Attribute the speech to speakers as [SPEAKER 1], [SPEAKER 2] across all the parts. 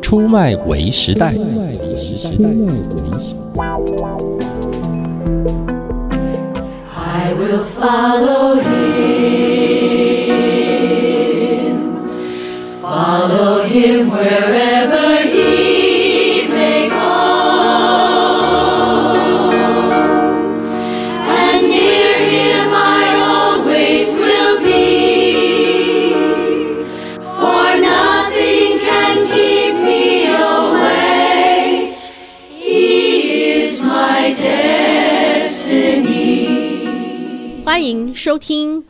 [SPEAKER 1] 出卖为时代。
[SPEAKER 2] I will follow him, follow him wherever he may go. And near him I always will be, for nothing can keep me away. He is my destiny.
[SPEAKER 3] 欢迎收听《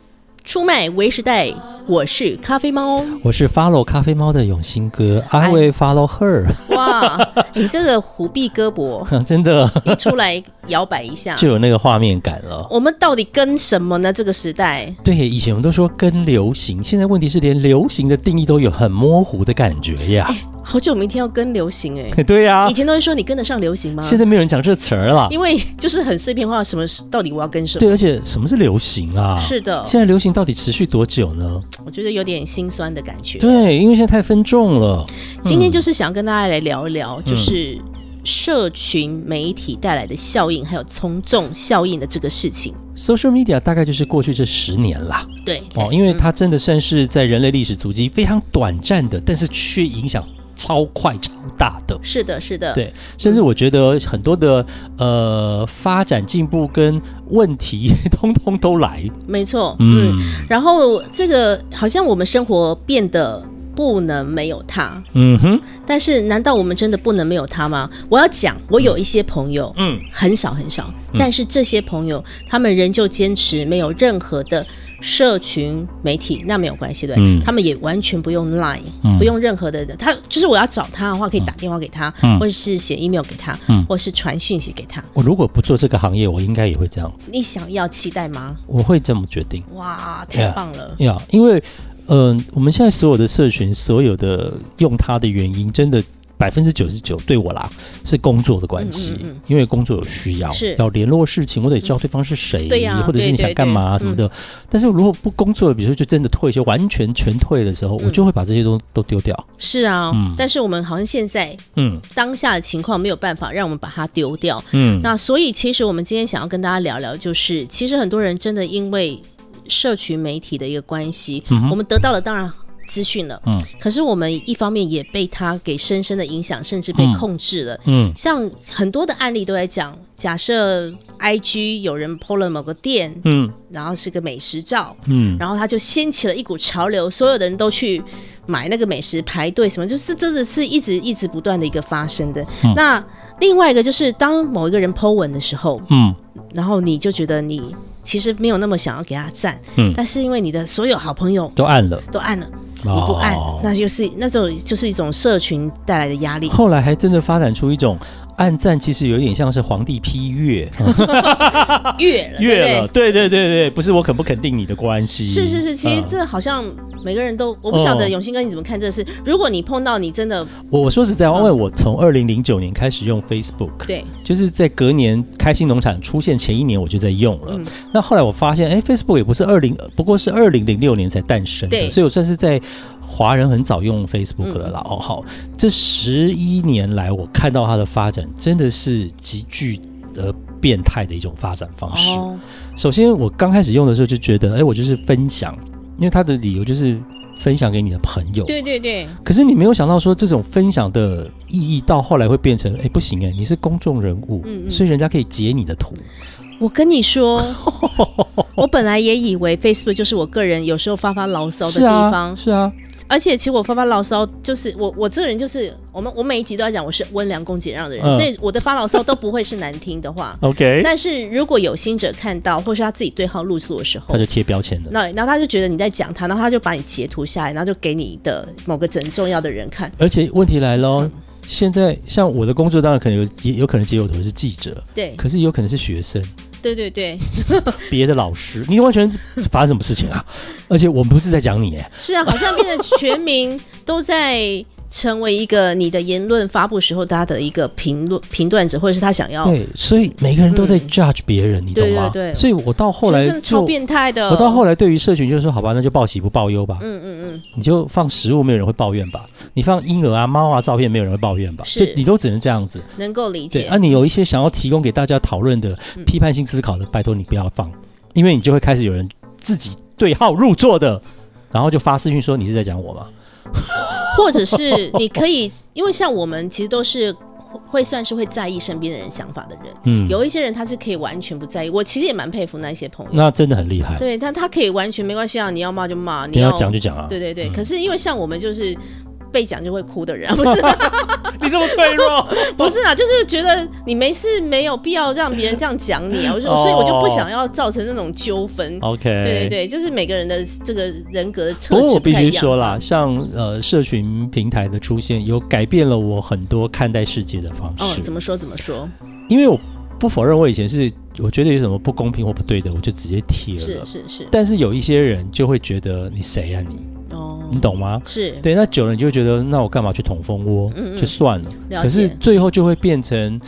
[SPEAKER 3] 出卖为时代》，我是咖啡猫。
[SPEAKER 1] 我是 follow 咖啡猫的永兴哥，I
[SPEAKER 3] 哎
[SPEAKER 1] will follow her，
[SPEAKER 3] 哇， 你这个虎臂胳膊
[SPEAKER 1] 真的
[SPEAKER 3] 一出来摇摆一下，
[SPEAKER 1] 就有那个画面感了。
[SPEAKER 3] 我们到底跟什么呢？这个时代，
[SPEAKER 1] 对，以前我们都说跟流行，现在问题是连流行的定义都有很模糊的感觉呀。
[SPEAKER 3] 好久没听到跟流行 哎、
[SPEAKER 1] 对呀、
[SPEAKER 3] 以前都会说你跟得上流行吗？
[SPEAKER 1] 啊现在没有人讲这词儿了。
[SPEAKER 3] 因为就是很碎片化，什么是到底我要跟什么？
[SPEAKER 1] 对，而且什么是流行啊？
[SPEAKER 3] 是的，
[SPEAKER 1] 现在流行到底持续多久呢？
[SPEAKER 3] 我觉得有点心酸的感觉。
[SPEAKER 1] 对，啊嗯因为现在太分众了。
[SPEAKER 3] 今天就是想跟大家来聊一
[SPEAKER 1] 嗯
[SPEAKER 3] 聊，就是社群媒体带来的效应，还有从众效应的这个事情。
[SPEAKER 1] Social media 大概就是过去这十年啦，
[SPEAKER 3] 对，
[SPEAKER 1] 哦，
[SPEAKER 3] 对嗯
[SPEAKER 1] 因为它真的算是在人类历史足迹非常短暂的，但是却影响超快超大的。
[SPEAKER 3] 是的，是的，
[SPEAKER 1] 对，甚至我觉得很多的呃发展进步跟问题 通通都来。
[SPEAKER 3] 没错，
[SPEAKER 1] 嗯
[SPEAKER 3] 嗯。然后这个好像我们生活变得不能没有它，
[SPEAKER 1] 嗯哼，
[SPEAKER 3] 但是难道我们真的不能没有它吗？我要讲，我有一些朋友，
[SPEAKER 1] 嗯，
[SPEAKER 3] 很少很少，但是这些朋友他们仍旧坚持没有任何的社群媒体，那没有关系对，
[SPEAKER 1] 嗯
[SPEAKER 3] 他们也完全不用 Line，、
[SPEAKER 1] 嗯
[SPEAKER 3] 不用任何的，他就是我要找他的话，可以打电话给他，
[SPEAKER 1] 嗯
[SPEAKER 3] 或者是写 email 给他，
[SPEAKER 1] 嗯
[SPEAKER 3] 或是传讯息给他。
[SPEAKER 1] 我如果不做这个行业，我应该也会这样子，
[SPEAKER 3] 你想要期待吗？
[SPEAKER 1] 我会这么决定。
[SPEAKER 3] 哇，太棒了！
[SPEAKER 1] 呀因为嗯、我们现在所有的社群，所有的用它的原因，真的百分之九十九对我啦是工作的关系，
[SPEAKER 3] 嗯嗯嗯
[SPEAKER 1] 因为工作有需要，
[SPEAKER 3] 是
[SPEAKER 1] 要联络事情，我得知道对方是谁，
[SPEAKER 3] 对嗯呀
[SPEAKER 1] 或者是你想干嘛、什么的。但是如果不工作，比如说就真的退休，完全全退的时
[SPEAKER 3] 嗯
[SPEAKER 1] 候，我就会把这些东都丢掉。
[SPEAKER 3] 是啊，
[SPEAKER 1] 嗯
[SPEAKER 3] 但是我们好像现在
[SPEAKER 1] 嗯
[SPEAKER 3] 当下的情况没有办法让我们把它丢掉。
[SPEAKER 1] 嗯，
[SPEAKER 3] 那所以其实我们今天想要跟大家聊聊，就是其实很多人真的因为社群媒体的一个关系，
[SPEAKER 1] 嗯哼
[SPEAKER 3] 我们得到了当然资讯了，
[SPEAKER 1] 嗯
[SPEAKER 3] 可是我们一方面也被它给深深的影响，甚至被
[SPEAKER 1] 嗯
[SPEAKER 3] 控制了。
[SPEAKER 1] 嗯
[SPEAKER 3] 像很多的案例都在讲，假设 I G 有人 PO 了某个店，
[SPEAKER 1] 嗯
[SPEAKER 3] 然后是个美食照，
[SPEAKER 1] 嗯，
[SPEAKER 3] 然后他就掀起了一股潮流，所有的人都去买那个美食排队什么，就是真的是一直一直不断的一个发生的。
[SPEAKER 1] 嗯
[SPEAKER 3] 那另外一个就是当某一个人 Po 文的时候，
[SPEAKER 1] 嗯
[SPEAKER 3] 然后你就觉得你其实没有那么想要给他赞，
[SPEAKER 1] 嗯
[SPEAKER 3] 但是因为你的所有好朋友
[SPEAKER 1] 都按了，哦
[SPEAKER 3] 都按了，
[SPEAKER 1] 你
[SPEAKER 3] 你不按，那就是那种就是一种社群带来的压力。
[SPEAKER 1] 后来还真的发展出一种暗赞，其实有点像是皇帝批阅。
[SPEAKER 3] 越了，
[SPEAKER 1] 越
[SPEAKER 3] 对
[SPEAKER 1] 了，
[SPEAKER 3] 不对
[SPEAKER 1] 对对对对，不是我肯不肯定你的关系。
[SPEAKER 3] 是是是，其实
[SPEAKER 1] 嗯
[SPEAKER 3] 这好像每个人都，我不晓得
[SPEAKER 1] 哦
[SPEAKER 3] 永兴哥你怎么看这个事。如果你碰到你真的
[SPEAKER 1] 我我说实在话，因为我从二零零九年开始用 Facebook，
[SPEAKER 3] 对，
[SPEAKER 1] 就是在隔年开心农场出现前一年我就在用了。
[SPEAKER 3] 嗯
[SPEAKER 1] 那后来我发现，哎，Facebook 也不是二零，不过是二零零六年才诞生的，
[SPEAKER 3] 对
[SPEAKER 1] 所以我算是在华人很早用 Facebook 了啦。
[SPEAKER 3] 嗯
[SPEAKER 1] 哦，好，这十一年来我看到它的发展，真的是极具呃变态的一种发展方式。
[SPEAKER 3] 哦，
[SPEAKER 1] 首先，我刚开始用的时候就觉得，哎，我就是分享，因为它的理由就是分享给你的朋友。
[SPEAKER 3] 对对对，
[SPEAKER 1] 可是你没有想到说，这种分享的意义到后来会变成，哎，不行哎，你是公众人物，
[SPEAKER 3] 嗯嗯
[SPEAKER 1] 所以人家可以截你的图。
[SPEAKER 3] 我跟你说， 我本来也以为 Facebook 就是我个人有时候发发牢骚的
[SPEAKER 1] 是
[SPEAKER 3] 地
[SPEAKER 1] 啊，
[SPEAKER 3] 方，
[SPEAKER 1] 是啊，
[SPEAKER 3] 而且其实我发发牢骚就是我我这个人就是我们我每一集都要讲我是温良恭俭让的人，
[SPEAKER 1] 嗯。
[SPEAKER 3] 所以我的发牢骚都不会是难听的话
[SPEAKER 1] ，OK，
[SPEAKER 3] 但是如果有心者看到，或是他自己对号入座的时候
[SPEAKER 1] 他，就贴标签了。
[SPEAKER 3] 那然后他就觉得你在讲他，然后他就把你截图下来，然后就给你的某个很重要的人看。
[SPEAKER 1] 而且问题来喽，现在像我的工作，当然可能有也有可能截我图的是记者，
[SPEAKER 3] 对
[SPEAKER 1] 可是也有可能是学生，
[SPEAKER 3] 对对对，
[SPEAKER 1] 别的老师，你完全发生什么 事情啊？而且我们不是在讲你，哎，
[SPEAKER 3] 是啊，好像变得全民都在成为一个你的言论发布时候大家的一个评论评断者，或者是他想要，
[SPEAKER 1] 对，所以每个人都在 judge 别人，你懂吗？
[SPEAKER 3] 哦嗯对对对
[SPEAKER 1] 所以我到后来
[SPEAKER 3] 所以真的超
[SPEAKER 1] 就，
[SPEAKER 3] 变态的。
[SPEAKER 1] 我到后来对于社群就说，好吧，那就报喜不报忧吧。
[SPEAKER 3] 嗯嗯嗯，
[SPEAKER 1] 你就放食物，没有人会抱怨吧？你放婴儿啊、猫啊照片，没有人会抱怨吧？
[SPEAKER 3] 是
[SPEAKER 1] 就你都只能这样子。
[SPEAKER 3] 能够理
[SPEAKER 1] 对
[SPEAKER 3] 解。
[SPEAKER 1] 啊，你有一些想要提供给大家讨论的、
[SPEAKER 3] 嗯
[SPEAKER 1] 批判性思考的，拜托你不要放，因为你就会开始有人自己对号入座的，然后就发私讯说你是在讲我吗？
[SPEAKER 3] 或者是你可以，因为像我们其实都是会算是会在意身边的人想法的人，
[SPEAKER 1] 嗯，
[SPEAKER 3] 有一些人他是可以完全不在意。我其实也蛮佩服那一些朋友，
[SPEAKER 1] 那真的很厉害。
[SPEAKER 3] 对，但他可以完全没关系啊，你要骂就骂，
[SPEAKER 1] 你
[SPEAKER 3] 你
[SPEAKER 1] 要讲就讲啊，
[SPEAKER 3] 对对对。
[SPEAKER 1] 嗯
[SPEAKER 3] 可是因为像我们就是。被讲就会哭的人， 不是
[SPEAKER 1] 你这么脆弱，
[SPEAKER 3] 不是啊，就是觉得你没事没有必要让别人这样讲你啊，我就
[SPEAKER 1] 哦
[SPEAKER 3] 所以我就不想要造成那种纠 纷。
[SPEAKER 1] OK，
[SPEAKER 3] 对对对，就是每个人的这个人格的特
[SPEAKER 1] 不过
[SPEAKER 3] 质
[SPEAKER 1] 我
[SPEAKER 3] 不
[SPEAKER 1] 必
[SPEAKER 3] 太一
[SPEAKER 1] 须
[SPEAKER 3] 样。嗯
[SPEAKER 1] 说啦，像呃社群平台的出现，有改变了我很多看待世界的方
[SPEAKER 3] 哦
[SPEAKER 1] 式，，
[SPEAKER 3] 怎么说怎么说？
[SPEAKER 1] 因为我不否认我以前是我觉得有什么不公平或不对的，我就直接贴
[SPEAKER 3] 是
[SPEAKER 1] 了。
[SPEAKER 3] 是是，
[SPEAKER 1] 但是有一些人就会觉得你谁呀、你，
[SPEAKER 3] 哦，
[SPEAKER 1] 你懂吗？
[SPEAKER 3] 是
[SPEAKER 1] 对，那久了你就会觉得，那我干嘛去捅蜂窝？
[SPEAKER 3] 嗯嗯
[SPEAKER 1] 就算了。
[SPEAKER 3] 了解
[SPEAKER 1] 可是最后就会变成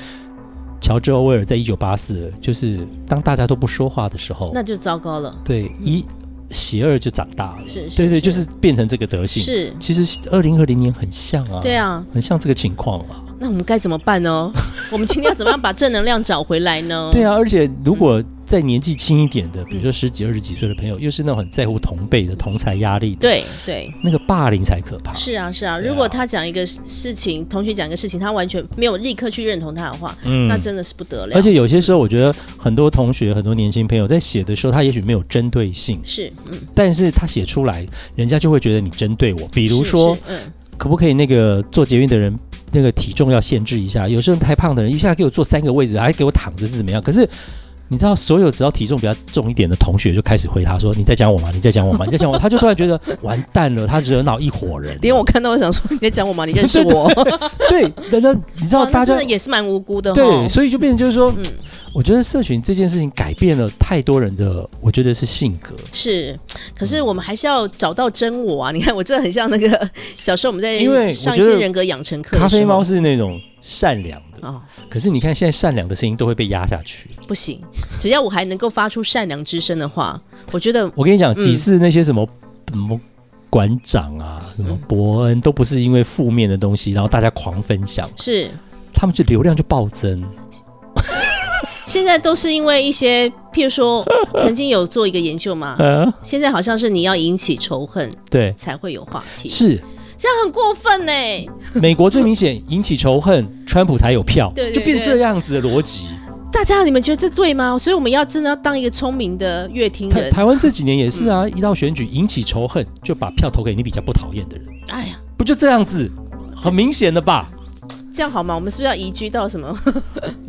[SPEAKER 1] 乔治·欧威尔在一九八四，就是当大家都不说话的时候，
[SPEAKER 3] 那就糟糕了。
[SPEAKER 1] 对一邪恶就长大了。
[SPEAKER 3] 是是
[SPEAKER 1] 对对，
[SPEAKER 3] 是
[SPEAKER 1] 就是变成这个德性。
[SPEAKER 3] 是，
[SPEAKER 1] 其实二零二零年很像啊，
[SPEAKER 3] 对，啊，
[SPEAKER 1] 很像这个情况啊。
[SPEAKER 3] 那我们该怎么办呢？我们今天要怎么样把正能量找回来呢？
[SPEAKER 1] 对啊，而且如果在年纪轻一点的，比如说十几、二十几岁的朋友，又是那种很在乎同辈的同才压力的，，
[SPEAKER 3] 对对
[SPEAKER 1] 那个霸凌才可怕。
[SPEAKER 3] 是啊是啊。
[SPEAKER 1] 对啊
[SPEAKER 3] 如果他讲一个事情，同学讲一个事情，他完全没有立刻去认同他的话，
[SPEAKER 1] 嗯
[SPEAKER 3] 那真的是不得了。
[SPEAKER 1] 而且有些时候，我觉得很多同学、很多年轻朋友在写的时候，他也许没有针对性，
[SPEAKER 3] 是，嗯，
[SPEAKER 1] 但是他写出来，人家就会觉得你针对我。比
[SPEAKER 3] 比
[SPEAKER 1] 如说，，
[SPEAKER 3] 嗯，
[SPEAKER 1] 可不可以那个做捷运的人那个体重要限制一下？有些人太胖的人一下给我坐三个位置，还给我躺着是怎么样？可是你知道，所有只要体重比较重一点的同学就开始回他说：“你在讲我吗？你在讲我吗？你在讲我？”他就突然觉得完蛋了，他惹恼一伙人。
[SPEAKER 3] 连我看到我想说，你在讲我吗？你 认识我？
[SPEAKER 1] 对，那那你知道
[SPEAKER 3] 哇那
[SPEAKER 1] 大
[SPEAKER 3] 真
[SPEAKER 1] 家
[SPEAKER 3] 的也是蛮无辜的哦。
[SPEAKER 1] 对，所以就变成就是说，
[SPEAKER 3] 嗯
[SPEAKER 1] 我觉得社群这件事情改变了太多人的，我觉得是性格。
[SPEAKER 3] 是，可是我们还是要找到真我啊！你 看，我真的很像那个小时候我们在
[SPEAKER 1] 因为我
[SPEAKER 3] 上一
[SPEAKER 1] 觉
[SPEAKER 3] 些
[SPEAKER 1] 得
[SPEAKER 3] 人格养成课的
[SPEAKER 1] 咖啡
[SPEAKER 3] 时候
[SPEAKER 1] 猫是那种善良的，
[SPEAKER 3] 哦，
[SPEAKER 1] 可是你看现在善良的声音都会被压下去。
[SPEAKER 3] 不行，只要我还能够发出善良之声的话，我觉得
[SPEAKER 1] 我跟你讲，
[SPEAKER 3] 嗯
[SPEAKER 1] 几次那些什么什么馆长啊，
[SPEAKER 3] 嗯
[SPEAKER 1] 什么伯恩，都不是因为负面的东西，然后大家狂分享，
[SPEAKER 3] 是
[SPEAKER 1] 他们就流量就暴增。
[SPEAKER 3] 现在都是因为一些，譬如说，曾经有做一个研 究嘛，
[SPEAKER 1] 呃，
[SPEAKER 3] 现在好像是你要引起仇恨
[SPEAKER 1] 对，
[SPEAKER 3] 才会有话题，
[SPEAKER 1] 是
[SPEAKER 3] 这样很过分呢、欸
[SPEAKER 1] 美国最明显引起仇 恨，川普才有票，
[SPEAKER 3] 对对
[SPEAKER 1] 就变
[SPEAKER 3] 对
[SPEAKER 1] 这样子的逻辑。
[SPEAKER 3] 大家你们觉得这对吗？所以我们要真的要当一个聪明的乐听
[SPEAKER 1] 台
[SPEAKER 3] 人。嗯
[SPEAKER 1] 台湾这几年也是啊，一到选举引起仇恨，就把票投给你比较不讨厌的人，
[SPEAKER 3] 哎呀，
[SPEAKER 1] 不就这样子？很明显的吧？
[SPEAKER 3] 这样好吗？我们是不是要移居到 什么？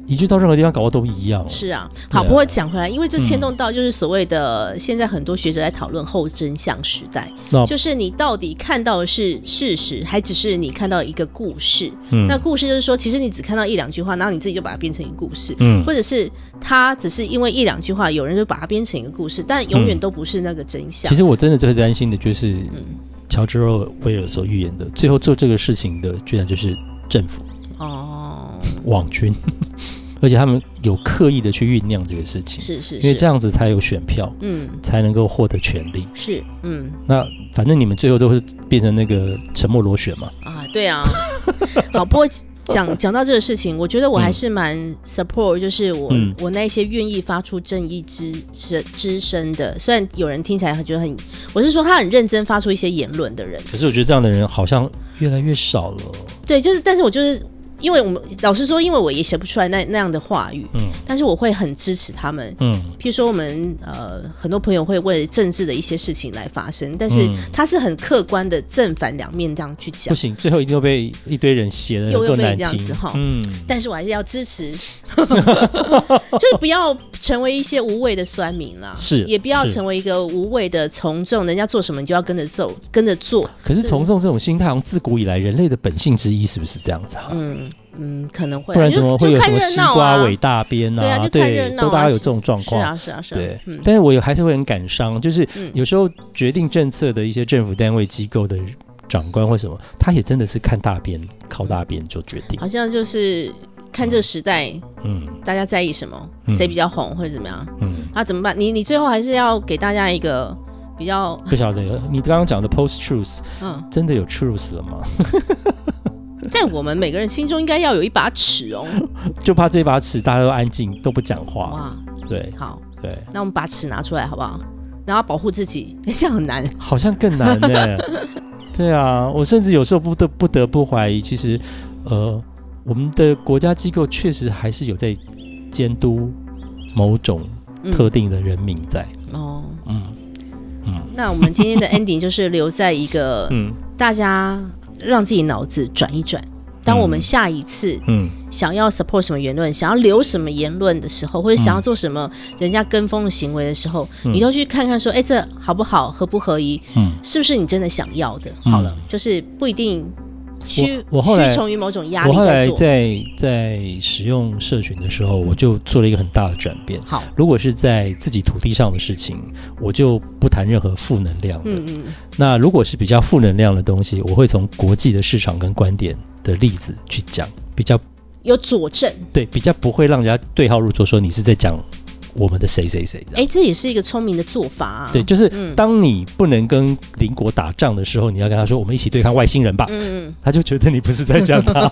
[SPEAKER 1] 移居到任何地方，搞不好都一样。
[SPEAKER 3] 是啊，
[SPEAKER 1] 对啊
[SPEAKER 3] 好。不过讲回来，因为这牵
[SPEAKER 1] 嗯
[SPEAKER 3] 动到就是所谓的现在很多学者在讨论后真相时代，
[SPEAKER 1] 那
[SPEAKER 3] 就是你到底看到的是事实，还只是你看到一个故事？
[SPEAKER 1] 嗯
[SPEAKER 3] 那故事就是说，其实你只看到一两句话，然后你自己就把它变成一个故事，
[SPEAKER 1] 嗯
[SPEAKER 3] 或者是他只是因为一两句话，有人就把它编成一个故事，但永远都不是那个真相。
[SPEAKER 1] 其实我真的最担心的就是
[SPEAKER 3] 嗯
[SPEAKER 1] 乔治·奥威尔所预言的，最后做这个事情的居然就是政府
[SPEAKER 3] 哦，
[SPEAKER 1] 网军， 而且他们有刻意的去酝酿这个事情，
[SPEAKER 3] 是是
[SPEAKER 1] 因为这
[SPEAKER 3] 是，
[SPEAKER 1] 样子才有选票，
[SPEAKER 3] 嗯，
[SPEAKER 1] 才能够获得权利。
[SPEAKER 3] 是嗯
[SPEAKER 1] 那反正你们最后都是变成那个沉默螺旋嘛，
[SPEAKER 3] 啊，对啊。 好，不过讲讲到这个事情，我觉得我还是蛮 support，就是我、
[SPEAKER 1] 嗯
[SPEAKER 3] 我那些愿意发出正义之之之声的，虽然有人听起来觉得很，我是说他很认真发出一些言论的人。
[SPEAKER 1] 可是我觉得这样的人好像越来越少了。
[SPEAKER 3] 对，就是，但是我就是因为我们老实说，因为我也写不出来那那样的话语，
[SPEAKER 1] 嗯
[SPEAKER 3] 但是我会很支持他们。
[SPEAKER 1] 嗯，
[SPEAKER 3] 譬如说，我们呃很多朋友会为政治的一些事情来发声，但是
[SPEAKER 1] 嗯
[SPEAKER 3] 他是很客观的正反两面这样去
[SPEAKER 1] 不
[SPEAKER 3] 讲。
[SPEAKER 1] 行，最后一定会被一堆人写的
[SPEAKER 3] 又又
[SPEAKER 1] 更
[SPEAKER 3] 被
[SPEAKER 1] 难
[SPEAKER 3] 这样
[SPEAKER 1] 听
[SPEAKER 3] 子哈。
[SPEAKER 1] 嗯，
[SPEAKER 3] 但是我还是要 支持，就是不要成为一些无谓的酸民啦，
[SPEAKER 1] 是
[SPEAKER 3] 也不要
[SPEAKER 1] 是
[SPEAKER 3] 成为一个无谓的从众，人家做什么你就要跟着走，跟着做，
[SPEAKER 1] 可是从众这种心态，好像自古以来人类的本性之一，是不是这样子啊？
[SPEAKER 3] 嗯嗯，可能会啊、
[SPEAKER 1] 不然
[SPEAKER 3] 你
[SPEAKER 1] 怎
[SPEAKER 3] 就
[SPEAKER 1] 么会有
[SPEAKER 3] 就
[SPEAKER 1] 什
[SPEAKER 3] 看
[SPEAKER 1] 么
[SPEAKER 3] 热
[SPEAKER 1] 西
[SPEAKER 3] 闹
[SPEAKER 1] 瓜
[SPEAKER 3] 啊
[SPEAKER 1] 尾大便
[SPEAKER 3] 对啊就看热
[SPEAKER 1] 对，
[SPEAKER 3] 闹啊
[SPEAKER 1] 都大家有这种状
[SPEAKER 3] 是
[SPEAKER 1] 况。
[SPEAKER 3] 啊是啊是啊，
[SPEAKER 1] 对
[SPEAKER 3] 嗯，
[SPEAKER 1] 但是我有还是会很感伤，就是
[SPEAKER 3] 嗯
[SPEAKER 1] 有时候决定政策的一些政府单位机构的长官或什么，他也真的是看大便靠大便就决定
[SPEAKER 3] 好。像就是看这个时代
[SPEAKER 1] 嗯
[SPEAKER 3] 大家在意什么，
[SPEAKER 1] 嗯
[SPEAKER 3] 谁比较红或者怎么样，
[SPEAKER 1] 嗯，
[SPEAKER 3] 啊，怎么办？你你最后还是要给大家一个比较，
[SPEAKER 1] 不晓得你刚刚讲的 post truth
[SPEAKER 3] 嗯，
[SPEAKER 1] 真的有 truth 了吗？
[SPEAKER 3] 在我们每个人心中应该要有一把尺哦。
[SPEAKER 1] 就怕这把尺大家都安静都不讲话。
[SPEAKER 3] 哇，
[SPEAKER 1] 对
[SPEAKER 3] 好，
[SPEAKER 1] 对，
[SPEAKER 3] 那我们把尺拿出来好不好？然后保护自己， 哎、这样很难。
[SPEAKER 1] 好像更难呢、 对啊，我甚至有时候不得不得不怀疑，其实呃，我们的国家机构确实还是有在监督某种
[SPEAKER 3] 嗯
[SPEAKER 1] 特定的人民在。
[SPEAKER 3] 哦，
[SPEAKER 1] 嗯嗯
[SPEAKER 3] 那我们今天的 ending 就是留在一个
[SPEAKER 1] 嗯
[SPEAKER 3] 大家让自己脑子转一转。当我们下一次
[SPEAKER 1] 嗯
[SPEAKER 3] 想要 support 什么言论，想要留什么言论的时候，或者想要做什么人家跟风的行为的时候，
[SPEAKER 1] 嗯
[SPEAKER 3] 你都去看看说，哎，这好不好，合不合宜，
[SPEAKER 1] 嗯，
[SPEAKER 3] 是不是你真的想要的？
[SPEAKER 1] 嗯
[SPEAKER 3] 好了，就是不一定屈
[SPEAKER 1] 我我后来
[SPEAKER 3] 屈从于某种压
[SPEAKER 1] 我
[SPEAKER 3] 力
[SPEAKER 1] 后
[SPEAKER 3] 在
[SPEAKER 1] 来
[SPEAKER 3] 做。
[SPEAKER 1] 在在使用社群的时候，我就做了一个很大的转变。
[SPEAKER 3] 好，
[SPEAKER 1] 如果是在自己土地上的事情，我就不谈任何负能量的。
[SPEAKER 3] 嗯嗯，
[SPEAKER 1] 那如果是比较负能量的东西，我会从国际的市场跟观点的例子去讲，比较
[SPEAKER 3] 有佐证，
[SPEAKER 1] 对，比较不会让人家对号入座，说你是在讲我们的谁谁谁这样。
[SPEAKER 3] 哎，这也是一个聪明的做法、啊。
[SPEAKER 1] 对，就是
[SPEAKER 3] 嗯
[SPEAKER 1] 当你不能跟邻国打仗的时候，你要跟他说我们一起对抗外星人吧，
[SPEAKER 3] 嗯，嗯，
[SPEAKER 1] 他就觉得你不是在讲他。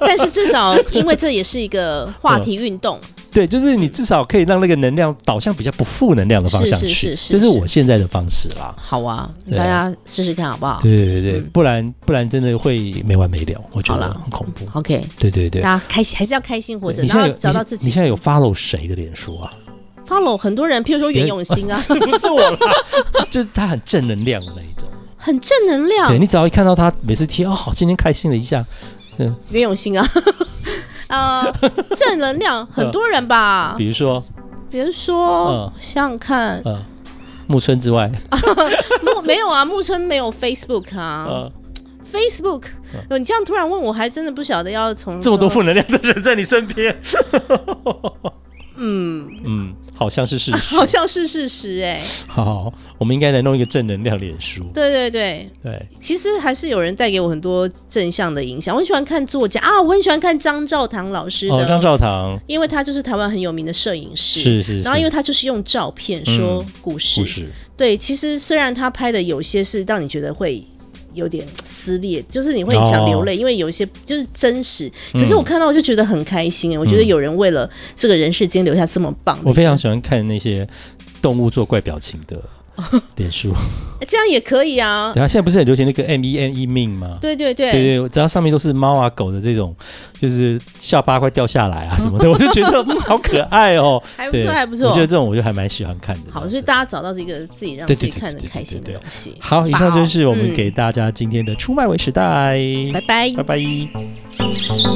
[SPEAKER 3] 但是至少因为这也是一个话题运动，
[SPEAKER 1] 对，就是你至少可以让那个能量导向比较不负能量的方向去，
[SPEAKER 3] 是是是是
[SPEAKER 1] 这是我现在的方式啦。
[SPEAKER 3] 好啊，
[SPEAKER 1] 对
[SPEAKER 3] 大
[SPEAKER 1] 啊
[SPEAKER 3] 家试试看好不好？
[SPEAKER 1] 对对对，
[SPEAKER 3] 嗯
[SPEAKER 1] 不然不然真的会没完没了，我觉
[SPEAKER 3] 好
[SPEAKER 1] 得
[SPEAKER 3] 啦
[SPEAKER 1] 很恐怖。
[SPEAKER 3] OK，
[SPEAKER 1] 对对对，
[SPEAKER 3] 大家开心还是要开心活
[SPEAKER 1] 对
[SPEAKER 3] 着，
[SPEAKER 1] 你现
[SPEAKER 3] 然
[SPEAKER 1] 在
[SPEAKER 3] 后
[SPEAKER 1] 有
[SPEAKER 3] 找到
[SPEAKER 1] 你
[SPEAKER 3] 自
[SPEAKER 1] 你
[SPEAKER 3] 己。
[SPEAKER 1] 现在有 follow 谁的脸书啊？
[SPEAKER 3] follow 很多人，譬如说袁
[SPEAKER 1] 别
[SPEAKER 3] 永新 啊，
[SPEAKER 1] 不是我啦，就是他很正能量的那一种。
[SPEAKER 3] 很正能
[SPEAKER 1] 对
[SPEAKER 3] 量。
[SPEAKER 1] 你只要一看到他每次贴哦，今天开心了一下，
[SPEAKER 3] 袁永新啊， 呃，正能量很多人吧，
[SPEAKER 1] 嗯比如说
[SPEAKER 3] 比如说
[SPEAKER 1] 嗯
[SPEAKER 3] 想想 看，
[SPEAKER 1] 呃，木村之外，
[SPEAKER 3] 木没有啊，木村没有 Facebook 啊
[SPEAKER 1] 呃，
[SPEAKER 3] ，Facebook，呃你这样突然问我，还真的不晓得要从
[SPEAKER 1] 嗯这么多
[SPEAKER 3] 中
[SPEAKER 1] 负能量的人在你身边，
[SPEAKER 3] 嗯，
[SPEAKER 1] 嗯，好像是事实。
[SPEAKER 3] 好像是事实哎，
[SPEAKER 1] 好 好，我们应该来弄一个正能量脸书。
[SPEAKER 3] 对对对，
[SPEAKER 1] 对，
[SPEAKER 3] 其实还是有人带给我很多正向的影响。我很喜欢看作家啊，我很喜欢看张兆堂老师
[SPEAKER 1] 哦，
[SPEAKER 3] 的
[SPEAKER 1] 张兆堂
[SPEAKER 3] 因为他就是台湾很有名的摄影师，
[SPEAKER 1] 是是是嗯
[SPEAKER 3] 然后因为他就是用照片说故事，
[SPEAKER 1] 故事，
[SPEAKER 3] 对，其实虽然他拍的有些是让你觉得会。有点撕裂，就是你会想流
[SPEAKER 1] 哦
[SPEAKER 3] 泪，因为有一些就是真实。可是我看到我就觉得很开心、我觉得有人为了这个人世间留下这么棒的
[SPEAKER 1] 嗯我非常喜欢看那些动物做怪表情 的脸书。
[SPEAKER 3] 哎这样也可以啊。
[SPEAKER 1] 然后现在不是很流行那个 M E M E 命吗？
[SPEAKER 3] 对对对，
[SPEAKER 1] 对对，只要上面都是猫啊狗的这种，就是下巴快掉下来啊什么 的，我就觉得嗯好可爱哦。
[SPEAKER 3] 还不
[SPEAKER 1] 对，
[SPEAKER 3] 错，还不错
[SPEAKER 1] 我觉。得这种我就还蛮喜欢看的。
[SPEAKER 3] 好，
[SPEAKER 1] 这
[SPEAKER 3] 所以
[SPEAKER 1] 样子
[SPEAKER 3] 大家找到这个自己让自
[SPEAKER 1] 对
[SPEAKER 3] 己
[SPEAKER 1] 对对
[SPEAKER 3] 看得
[SPEAKER 1] 对对
[SPEAKER 3] 开心的
[SPEAKER 1] 对对
[SPEAKER 3] 东西。
[SPEAKER 1] 好，以上就是我们
[SPEAKER 3] 嗯
[SPEAKER 1] 给大家今天的出卖为时代，
[SPEAKER 3] 拜拜。
[SPEAKER 1] 拜拜。